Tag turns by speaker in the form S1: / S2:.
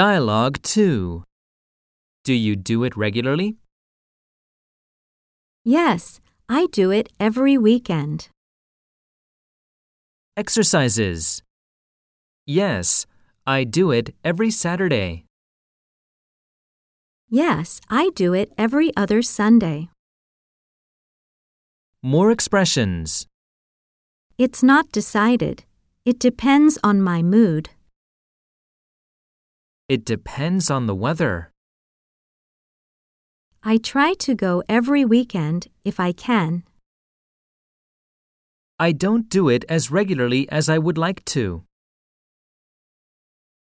S1: Dialogue 2 Do you do it regularly?
S2: Yes, I do it every weekend.
S1: Exercises. Yes, I do it every Saturday.
S2: Yes, I do it every other Sunday.
S1: More expressions.
S2: It's not decided. It depends on my mood.
S1: It depends on the weather.
S2: I try to go every weekend if I can.
S1: I don't do it as regularly as I would like to.